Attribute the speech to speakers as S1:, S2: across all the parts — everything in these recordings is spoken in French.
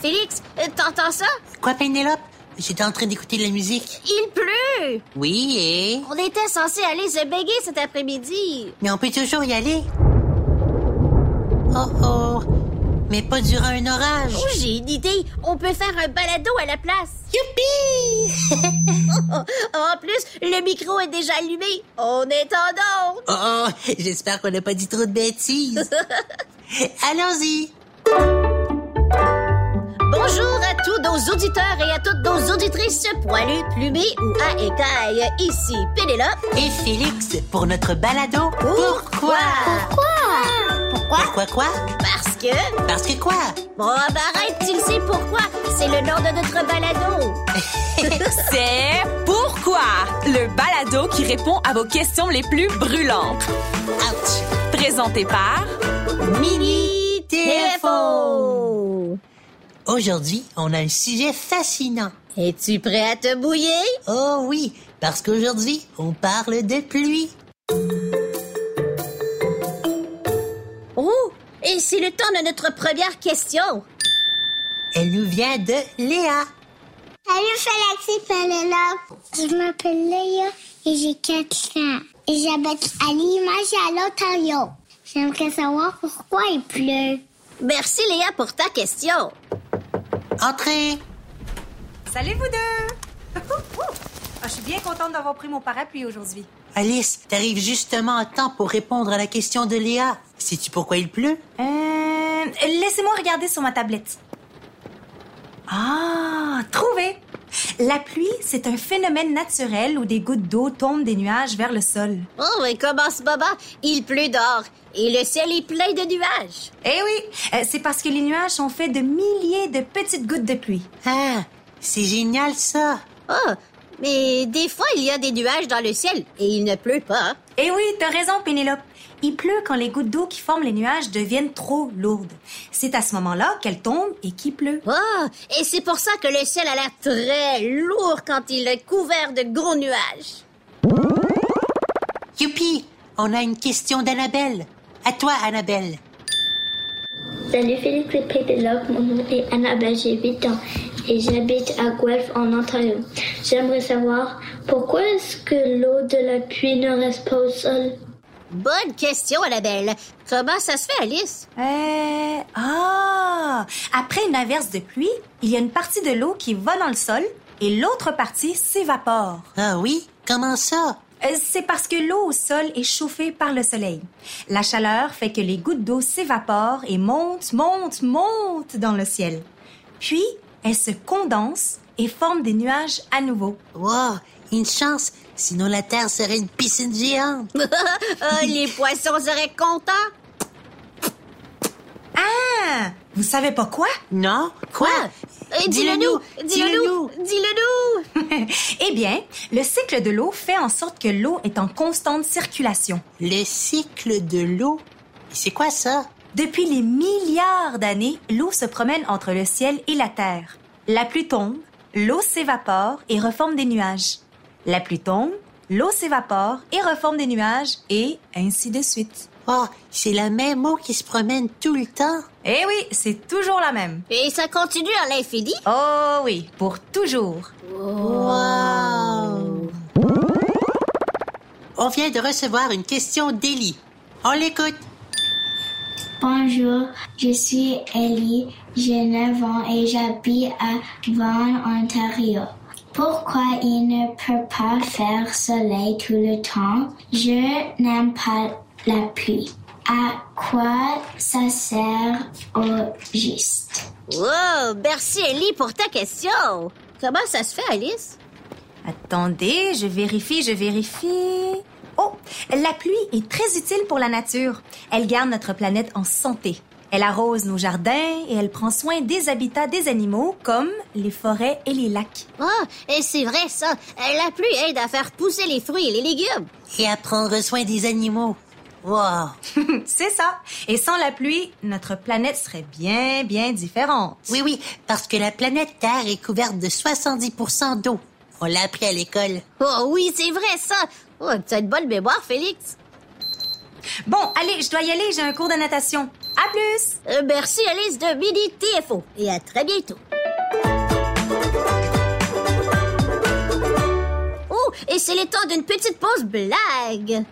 S1: Félix, euh, t'entends ça?
S2: Quoi, Pénélope? J'étais en train d'écouter de la musique.
S1: Il pleut!
S2: Oui, et...
S1: On était censé aller se béguer cet après-midi.
S2: Mais on peut toujours y aller. Oh oh! Mais pas durant un orage.
S1: Oh, j'ai une idée. On peut faire un balado à la place. Oh,
S2: Youpi!
S1: en plus, le micro est déjà allumé. On est en onde.
S2: oh oh! J'espère qu'on n'a pas dit trop de bêtises. Allons-y!
S1: Bonjour à tous nos auditeurs et à toutes nos auditrices poilues, plumées ou à écailles. Ici Pénélope.
S2: Et Félix, pour notre balado...
S1: Pourquoi?
S2: Pourquoi? Pourquoi quoi?
S1: Parce que...
S2: Parce que quoi?
S1: Bon, ben arrête, tu le sais pourquoi. C'est le nom de notre balado.
S3: C'est Pourquoi? Le balado qui répond à vos questions les plus brûlantes.
S2: Ouch!
S3: Présenté par
S1: Mini
S2: Téléphone. Aujourd'hui, on a un sujet fascinant.
S1: Es-tu prêt à te bouiller?
S2: Oh oui, parce qu'aujourd'hui, on parle de pluie.
S1: Oh, et c'est le temps de notre première question.
S2: Elle nous vient de Léa.
S4: Salut Falaxy Penelope. Je m'appelle Léa et j'ai 4 ans. Et J'habite à Limoges et à l'Ontario. J'aimerais savoir pourquoi il pleut.
S1: Merci Léa pour ta question.
S2: Entrez.
S5: Salut vous deux! Ah, je suis bien contente d'avoir pris mon parapluie aujourd'hui.
S2: Alice, t'arrives justement à temps pour répondre à la question de Léa. Sais-tu pourquoi il pleut?
S5: Euh, Laissez-moi regarder sur ma tablette. Ah, trouvé! La pluie, c'est un phénomène naturel où des gouttes d'eau tombent des nuages vers le sol.
S1: Oh, mais comment ce moment, il pleut dehors et le ciel est plein de nuages.
S5: Eh oui, euh, c'est parce que les nuages sont faits de milliers de petites gouttes de pluie.
S2: Ah, c'est génial ça.
S1: Oh, mais des fois, il y a des nuages dans le ciel et il ne pleut pas.
S5: Eh oui, t'as raison, Pénélope. Il pleut quand les gouttes d'eau qui forment les nuages deviennent trop lourdes. C'est à ce moment-là qu'elles tombent et qu'il pleut.
S1: Oh, et c'est pour ça que le ciel a l'air très lourd quand il est couvert de gros nuages.
S2: Youpi, on a une question d'Annabelle. À toi, Annabelle.
S4: Salut Félix et Pénélope. Mon nom est Annabelle, j'ai 8 ans et j'habite à Guelph en Ontario. J'aimerais savoir pourquoi est-ce que l'eau de la pluie ne reste pas au sol
S1: Bonne question, Annabelle. Comment ça se fait, Alice?
S5: Euh... Ah! Après une averse de pluie, il y a une partie de l'eau qui va dans le sol et l'autre partie s'évapore.
S2: Ah oui, comment ça?
S5: Euh, C'est parce que l'eau au sol est chauffée par le soleil. La chaleur fait que les gouttes d'eau s'évaporent et montent, montent, montent dans le ciel. Puis, elles se condensent et forment des nuages à nouveau.
S2: Wow, une chance, sinon la Terre serait une piscine géante.
S1: oh, les poissons seraient contents.
S5: Ah! Vous savez pas quoi?
S2: Non? Quoi?
S1: Eh, dis-le-nous! Dis-le-nous! Dis-le-nous!
S5: eh bien, le cycle de l'eau fait en sorte que l'eau est en constante circulation.
S2: Le cycle de l'eau. C'est quoi ça?
S5: Depuis les milliards d'années, l'eau se promène entre le ciel et la terre. La pluie tombe, l'eau s'évapore et reforme des nuages. La pluie tombe, l'eau s'évapore et reforme des nuages, et ainsi de suite.
S2: Oh, c'est la même eau qui se promène tout le temps.
S5: Eh oui, c'est toujours la même.
S1: Et ça continue à l'infini?
S5: Oh oui, pour toujours.
S2: Wow! On vient de recevoir une question d'Élie. On l'écoute.
S4: Bonjour, je suis Ellie, j'ai 9 ans et j'habite à Vaughan, Ontario. Pourquoi il ne peut pas faire soleil tout le temps Je n'aime pas la pluie. À quoi ça sert au juste
S1: Wow! Merci, Ellie, pour ta question. Comment ça se fait, Alice?
S5: Attendez, je vérifie, je vérifie. Oh, la pluie est très utile pour la nature. Elle garde notre planète en santé. Elle arrose nos jardins et elle prend soin des habitats des animaux comme les forêts et les lacs.
S1: Ah, et c'est vrai, ça. Euh, La pluie aide à faire pousser les fruits et les légumes.
S2: Et à prendre soin des animaux. Wow!
S5: C'est ça. Et sans la pluie, notre planète serait bien, bien différente.
S2: Oui, oui, parce que la planète Terre est couverte de 70% d'eau. On l'a appris à l'école.
S1: Oh oui, c'est vrai, ça. Oh, tu as une bonne mémoire, Félix.
S5: Bon, allez, je dois y aller, j'ai un cours de natation. À plus!
S1: Euh, merci Alice de Midi TFO et à très bientôt. Oh, et c'est le temps d'une petite pause blague.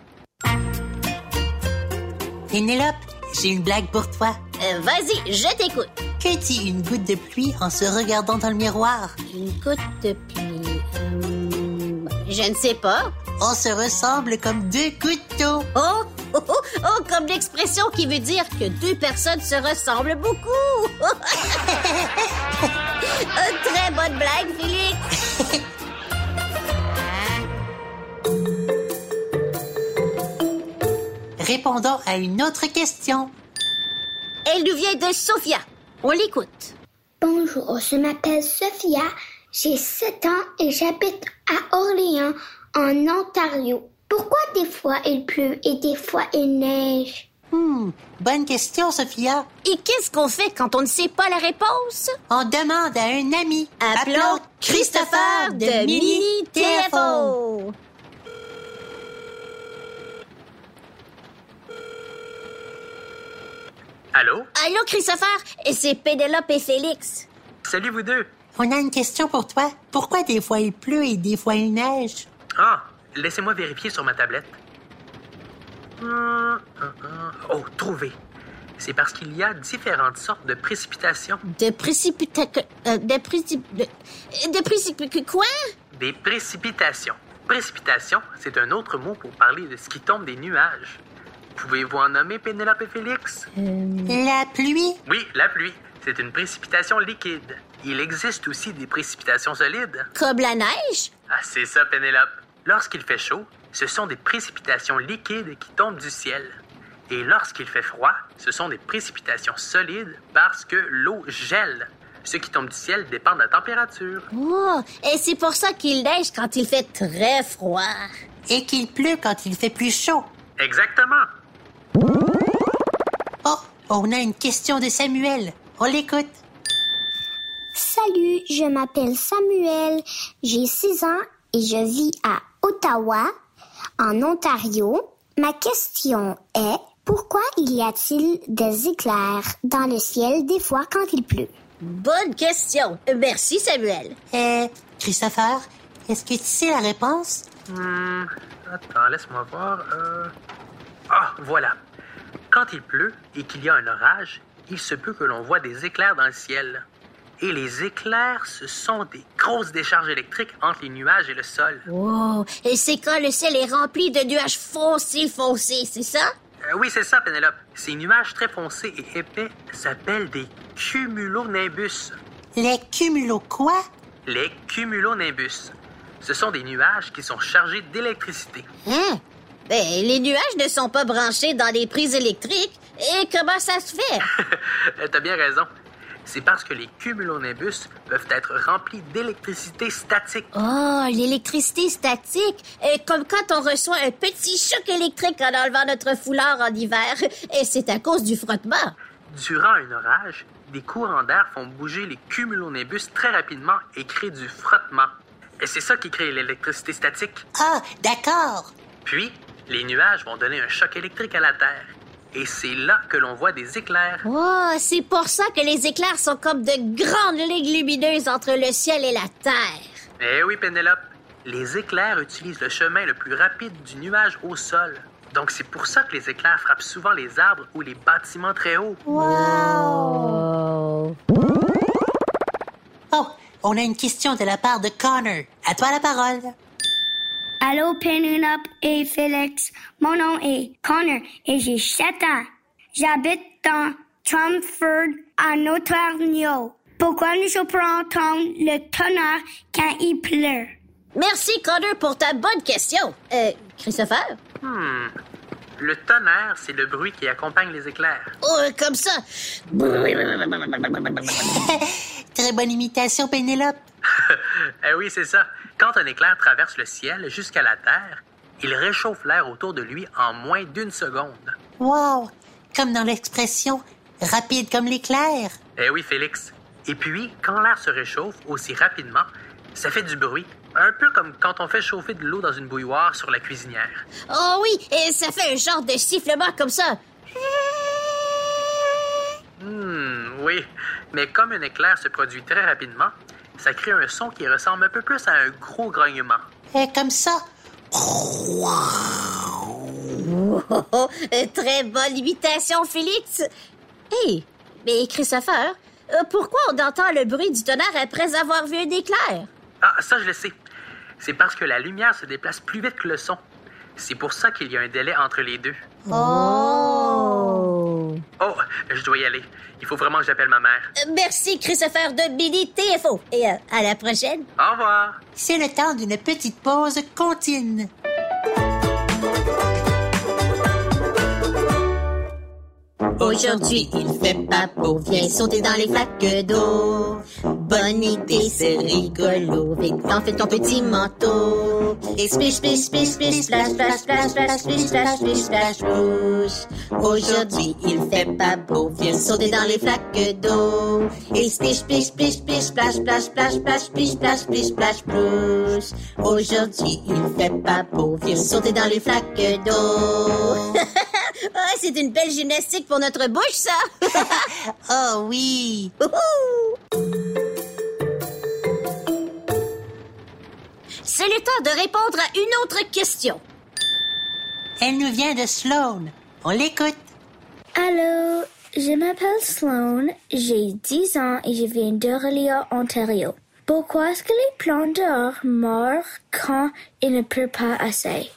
S2: Pénélope, j'ai une blague pour toi.
S1: Euh, Vas-y, je t'écoute.
S2: Que dit une goutte de pluie en se regardant dans le miroir?
S1: Une goutte de pluie. euh, je ne sais pas.
S2: On se ressemble comme deux couteaux.
S1: Oh, oh, oh, oh, comme l'expression qui veut dire que deux personnes se ressemblent beaucoup. Une très bonne blague, Félix.
S2: Répondons à une autre question.
S1: Elle nous vient de Sofia. On l'écoute.
S4: Bonjour, je m'appelle Sophia, j'ai 7 ans et j'habite à Orléans, en Ontario. Pourquoi des fois il pleut et des fois il neige
S2: Hmm, bonne question, Sophia.
S1: Et qu'est-ce qu'on fait quand on ne sait pas la réponse?
S2: On demande à un ami. Mini TFO.
S6: Allô
S1: Allô, Christopher, et c'est Pénélope et Félix.
S6: Salut vous deux
S2: On a une question pour toi. Pourquoi des fois il pleut et des fois il neige?
S6: Ah, laissez-moi vérifier sur ma tablette. Hum, hum, hum. Oh, trouvé. C'est parce qu'il y a différentes sortes de précipitations.
S1: De précipita... euh, de précip... De, de précip- Quoi?
S6: Des précipitations. Précipitation, c'est un autre mot pour parler de ce qui tombe des nuages. Pouvez-vous en nommer Pénélope et Félix
S2: La pluie?
S6: Oui, la pluie. C'est une précipitation liquide. Il existe aussi des précipitations solides.
S1: Comme la neige?
S6: Ah, c'est ça, Pénélope. Lorsqu'il fait chaud, ce sont des précipitations liquides qui tombent du ciel. Et lorsqu'il fait froid, ce sont des précipitations solides parce que l'eau gèle. Ce qui tombe du ciel dépend de la température.
S1: Oh, et c'est pour ça qu'il neige quand il fait très froid.
S2: Et qu'il pleut quand il fait plus chaud.
S6: Exactement.
S2: Oh, on a une question de Samuel. On l'écoute.
S4: Salut, je m'appelle Samuel, j'ai 6 ans et je vis à Ottawa, en Ontario. Ma question est, pourquoi il y a-t-il des éclairs dans le ciel des fois quand il pleut
S1: Bonne question. Merci, Samuel.
S2: Euh, Christopher, est-ce que tu sais la réponse?
S6: Hmm, attends, laisse-moi voir. euh. Ah, voilà. Quand il pleut et qu'il y a un orage, il se peut que l'on voit des éclairs dans le ciel. Et les éclairs, ce sont des grosses décharges électriques entre les nuages et le sol.
S1: Wow. Oh, Et c'est quand le ciel est rempli de nuages foncés, foncés, c'est ça?
S6: Euh, oui, c'est ça, Pénélope. Ces nuages très foncés et épais s'appellent des cumulonimbus.
S2: Les cumulo quoi?
S6: Les cumulonimbus. Ce sont des nuages qui sont chargés d'électricité.
S1: Hein? Ben, les nuages ne sont pas branchés dans des prises électriques. Et comment ça se fait?
S6: Euh, T'as bien raison. C'est parce que les cumulonimbus peuvent être remplis d'électricité statique.
S1: Oh, l'électricité statique. Euh, comme quand on reçoit un petit choc électrique en enlevant notre foulard en hiver. Et c'est à cause du frottement.
S6: Durant un orage, des courants d'air font bouger les cumulonimbus très rapidement et créent du frottement. Et c'est ça qui crée l'électricité statique.
S2: Ah, d'accord.
S6: Puis, les nuages vont donner un choc électrique à la Terre. Et c'est là que l'on voit des éclairs.
S1: Oh, c'est pour ça que les éclairs sont comme de grandes ligues lumineuses entre le ciel et la terre.
S6: Eh oui, Pénélope, les éclairs utilisent le chemin le plus rapide du nuage au sol. Donc c'est pour ça que les éclairs frappent souvent les arbres ou les bâtiments très hauts.
S2: Oh, on a une question de la part de Connor. À toi la parole.
S4: Allô Penelope et Félix, mon nom est Connor et j'ai 7 ans. J'habite dans Trumford, en Ontario. Pourquoi nous entendre le tonnerre quand il pleut?
S1: Merci, Connor, pour ta bonne question. Euh, Christopher?
S6: Hmm. Le tonnerre, c'est le bruit qui accompagne les éclairs.
S1: Oh, euh, comme ça.
S2: Très bonne imitation, Pénélope.
S6: Eh oui, c'est ça. Quand un éclair traverse le ciel jusqu'à la Terre, il réchauffe l'air autour de lui en moins d'une seconde.
S2: Wow, comme dans l'expression rapide comme l'éclair.
S6: Eh oui, Félix. Et puis, quand l'air se réchauffe aussi rapidement, ça fait du bruit Un peu comme quand on fait chauffer de l'eau dans une bouilloire sur la cuisinière.
S1: Oh oui, et ça fait un genre de sifflement comme ça.
S6: Hmm, oui. Mais comme un éclair se produit très rapidement, ça crée un son qui ressemble un peu plus à un gros grognement.
S2: Et comme ça.
S1: Oh, oh, oh, euh, très bonne imitation, Félix. Hé, mais Christopher, euh, pourquoi on entend le bruit du tonnerre après avoir vu un éclair?
S6: Ah, ça, je le sais. C'est parce que la lumière se déplace plus vite que le son. C'est pour ça qu'il y a un délai entre les deux.
S1: Oh!
S6: Oh, je dois y aller. Il faut vraiment que j'appelle ma mère.
S1: Euh, Merci, Christopher, de Billy TFO. Et euh, à la prochaine.
S6: Au revoir.
S2: C'est le temps d'une petite pause continue.
S7: Aujourd'hui, il fait pas beau, viens sauter dans les flaques d'eau. Bonne idée, c'est rigolo, vite t'en fais ton petit manteau. Et splish, splish, splish, splish, splash, splash, splash, splash, splish, splash, splish, splash, splish. Aujourd'hui, il fait pas beau, viens sauter dans les flaques d'eau. Et splish, splish, splish, splish, splash, splash, splash, splash, splish, splash, splish, splash, splish. Aujourd'hui, il fait pas beau, viens sauter dans les flaques d'eau.
S1: Ah, c'est une belle gymnastique pour notre bouche, ça.
S2: Oh oui!
S1: C'est le temps de répondre à une autre question.
S2: Elle nous vient de Sloan. On l'écoute.
S4: Allô, je m'appelle Sloan, j'ai 10 ans et je viens d'Orléans, Ontario. Pourquoi est-ce que les plantes dehors meurent quand il ne pleut pas assez?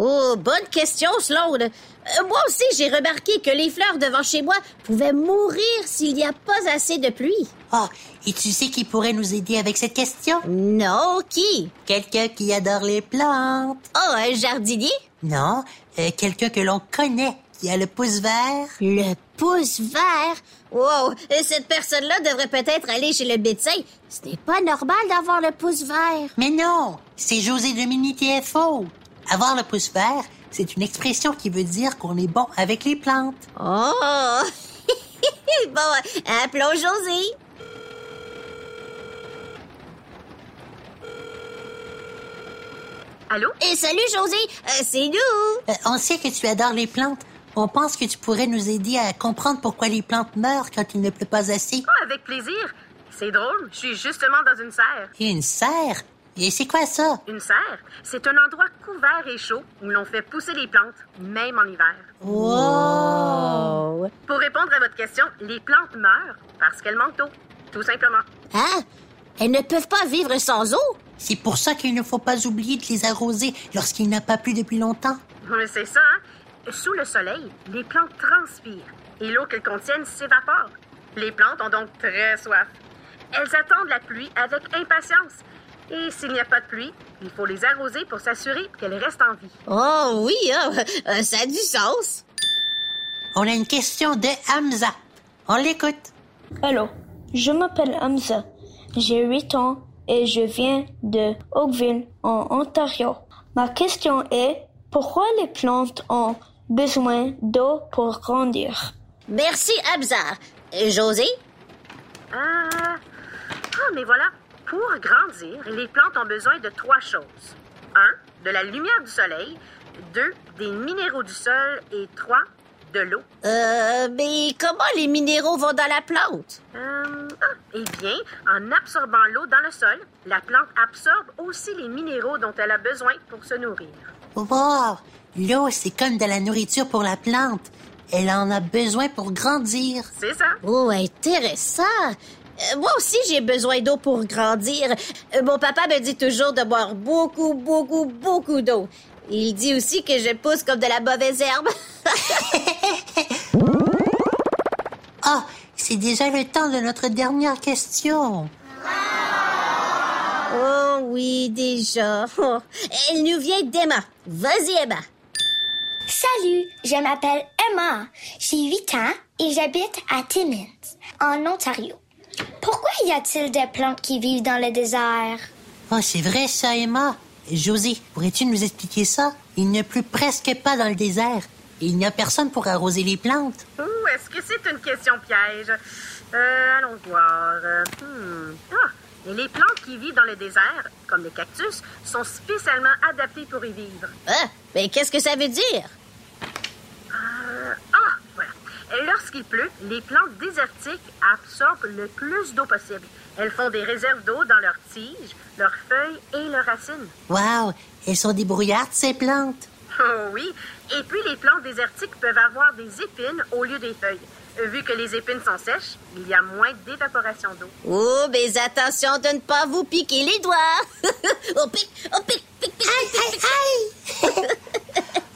S1: Oh, bonne question, Sloan. Euh, moi aussi, j'ai remarqué que les fleurs devant chez moi pouvaient mourir s'il n'y a pas assez de pluie.
S2: Oh, et tu sais qui pourrait nous aider avec cette question?
S1: Non, qui?
S2: Quelqu'un qui adore les plantes.
S1: Oh, un jardinier?
S2: Non, euh, quelqu'un que l'on connaît, qui a le pouce vert.
S1: Le pouce vert? Wow! Et cette personne-là devrait peut-être aller chez le médecin. Ce n'est pas normal d'avoir le pouce vert.
S2: Mais non, c'est José Domini TFO. Avoir le pouce vert, c'est une expression qui veut dire qu'on est bon avec les plantes.
S1: Oh! bon, appelons José.
S3: Allô?
S1: Et Eh, salut, José. Euh, c'est nous.
S2: Euh, on sait que tu adores les plantes. On pense que tu pourrais nous aider à comprendre pourquoi les plantes meurent quand il ne pleut pas assez.
S8: Ah, avec plaisir. C'est drôle, je suis justement dans une serre.
S2: Et une serre? Et c'est quoi ça?
S8: Une serre, c'est un endroit couvert et chaud où l'on fait pousser les plantes, même en hiver.
S2: Wow!
S8: Pour répondre à votre question, les plantes meurent parce qu'elles manquent d'eau, tout simplement.
S1: Hein? Elles ne peuvent pas vivre sans eau?
S2: C'est pour ça qu'il ne faut pas oublier de les arroser lorsqu'il n'a pas plu depuis longtemps.
S8: Mais C'est ça, hein? Sous le soleil, les plantes transpirent et l'eau qu'elles contiennent s'évapore. Les plantes ont donc très soif. Elles attendent la pluie avec impatience. Et s'il n'y a pas de pluie, il faut les arroser pour s'assurer qu'elles restent en vie.
S1: Oh oui, hein, euh, ça a du sens.
S2: On a une question de Hamza. On l'écoute.
S9: Allô, je m'appelle Hamza, j'ai 8 ans et je viens de Oakville, en Ontario. Ma question est, pourquoi les plantes ont besoin d'eau pour grandir
S1: Merci, Hamza. Et José?
S8: Ah, ah, mais voilà. Pour grandir, les plantes ont besoin de trois choses. Un, de la lumière du soleil. Deux, des minéraux du sol. Et trois, de l'eau.
S1: Euh, mais comment les minéraux vont dans la plante?
S8: Euh, ah, eh bien, en absorbant l'eau dans le sol, la plante absorbe aussi les minéraux dont elle a besoin pour se nourrir.
S2: Wow! L'eau, c'est comme de la nourriture pour la plante. Elle en a besoin pour grandir.
S8: C'est ça.
S1: Oh, intéressant. Euh, Moi aussi, j'ai besoin d'eau pour grandir. Euh, Mon papa me dit toujours de boire beaucoup, beaucoup, beaucoup d'eau. Il dit aussi que je pousse comme de la mauvaise herbe.
S2: Ah, c'est déjà le temps de notre dernière question.
S1: Oh oui, déjà. Oh, Elle nous vient d'Emma. Vas-y, Emma.
S4: Salut, je m'appelle Emma. J'ai 8 ans et j'habite à Timmins, en Ontario. Pourquoi y a-t-il des plantes qui vivent dans le désert?
S2: Oh, c'est vrai ça, Emma. José, pourrais-tu nous expliquer ça? Il ne pleut presque pas dans le désert. Et il n'y a personne pour arroser les plantes.
S8: Ouh, est-ce que c'est une question piège? Euh, allons voir. Euh, hmm. Ah, Et les plantes qui vivent dans le désert, comme les cactus, sont spécialement adaptées pour y vivre.
S1: Ah, mais qu'est-ce que ça veut dire?
S8: Euh, ah, voilà. Lorsqu'il pleut, les plantes désertiques absorbent le plus d'eau possible. Elles font des réserves d'eau dans leurs tiges, leurs feuilles et leurs racines.
S2: Wow, elles sont débrouillardes, ces plantes.
S8: Oh oui. Et puis les plantes désertiques peuvent avoir des épines au lieu des feuilles. Vu que les épines sont sèches, il y a moins d'évaporation d'eau.
S1: Oh, mais attention de ne pas vous piquer les doigts! oh, pique, oh, pique, pique, pique, pique, pique.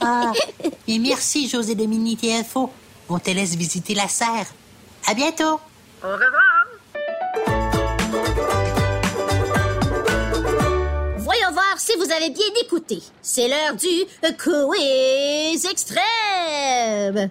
S2: Ah, et merci, José Dominique TFO. On te laisse visiter la serre. À bientôt.
S8: Au revoir.
S1: Voyons voir si vous avez bien écouté. C'est l'heure du quiz extrême.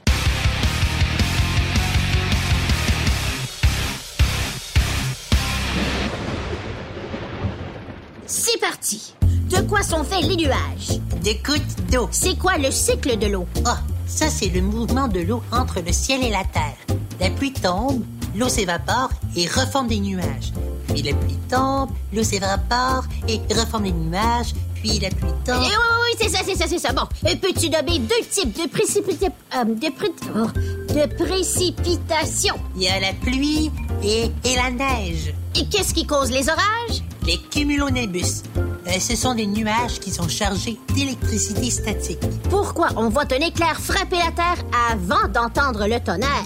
S1: C'est parti. De quoi sont faits les nuages?
S2: Des gouttes d'eau.
S1: C'est quoi le cycle de l'eau?
S2: Ah, ça c'est le mouvement de l'eau entre le ciel et la terre. La pluie tombe, l'eau s'évapore et reforme des nuages. Puis la pluie tombe, l'eau s'évapore et reforme des nuages. Puis la pluie
S1: Eh
S2: tombe.
S1: oui, oui, oui, c'est ça, c'est ça, c'est ça. Bon, euh, peux-tu nommer deux types de précipitations... de, pré- oh, de précipitation?
S2: Il y a la pluie et, et la neige.
S1: Et qu'est-ce qui cause les orages?
S2: Les cumulonimbus. Euh, ce sont des nuages qui sont chargés d'électricité statique.
S1: Pourquoi on voit un éclair frapper la terre avant d'entendre le tonnerre?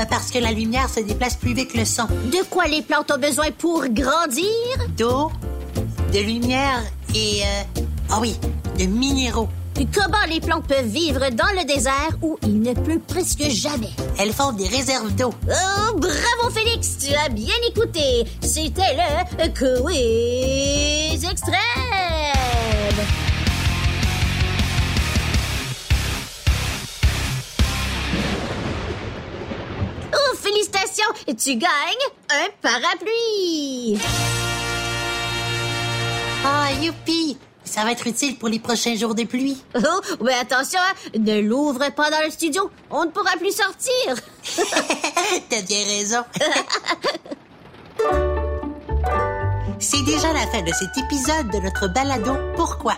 S2: Euh, Parce que la lumière se déplace plus vite que le son.
S1: De quoi les plantes ont besoin pour grandir?
S2: D'eau, de lumière et... euh, ah oui, de minéraux.
S1: Comment les plantes peuvent vivre dans le désert où il ne pleut presque jamais?
S2: Elles font des réserves d'eau.
S1: Oh, bravo Félix, tu as bien écouté. C'était le quiz extrême. Oh, félicitations, tu gagnes un parapluie.
S2: Ah, youpi! Ça va être utile pour les prochains jours de pluie.
S1: Oh, mais attention, hein, ne l'ouvre pas dans le studio, on ne pourra plus sortir.
S2: T'as bien raison. C'est déjà la fin de cet épisode de notre balado Pourquoi?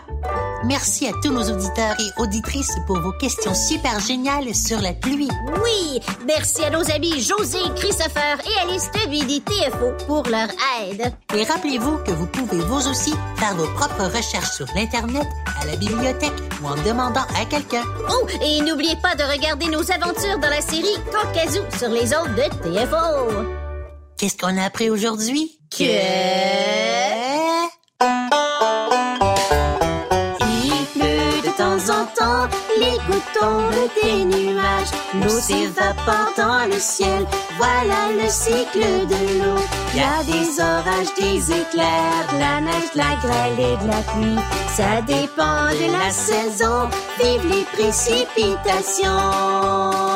S2: Merci à tous nos auditeurs et auditrices pour vos questions super géniales sur la pluie.
S1: Oui, merci à nos amis José, Christopher et Alice Tubby des TFO pour leur aide.
S2: Et rappelez-vous que vous pouvez vous aussi faire vos propres recherches sur l'Internet, à la bibliothèque ou en demandant à quelqu'un.
S1: Oh, et n'oubliez pas de regarder nos aventures dans la série Cancazou sur les ondes de TFO.
S2: Qu'est-ce qu'on a appris aujourd'hui?
S1: Que-
S2: Il pleut de temps en temps, les gouttes tombent des nuages, l'eau s'évapore dans le ciel, voilà le cycle de l'eau. Il y a des orages, des éclairs, de la neige, de la grêle et de la pluie, ça dépend de la saison, vive les précipitations.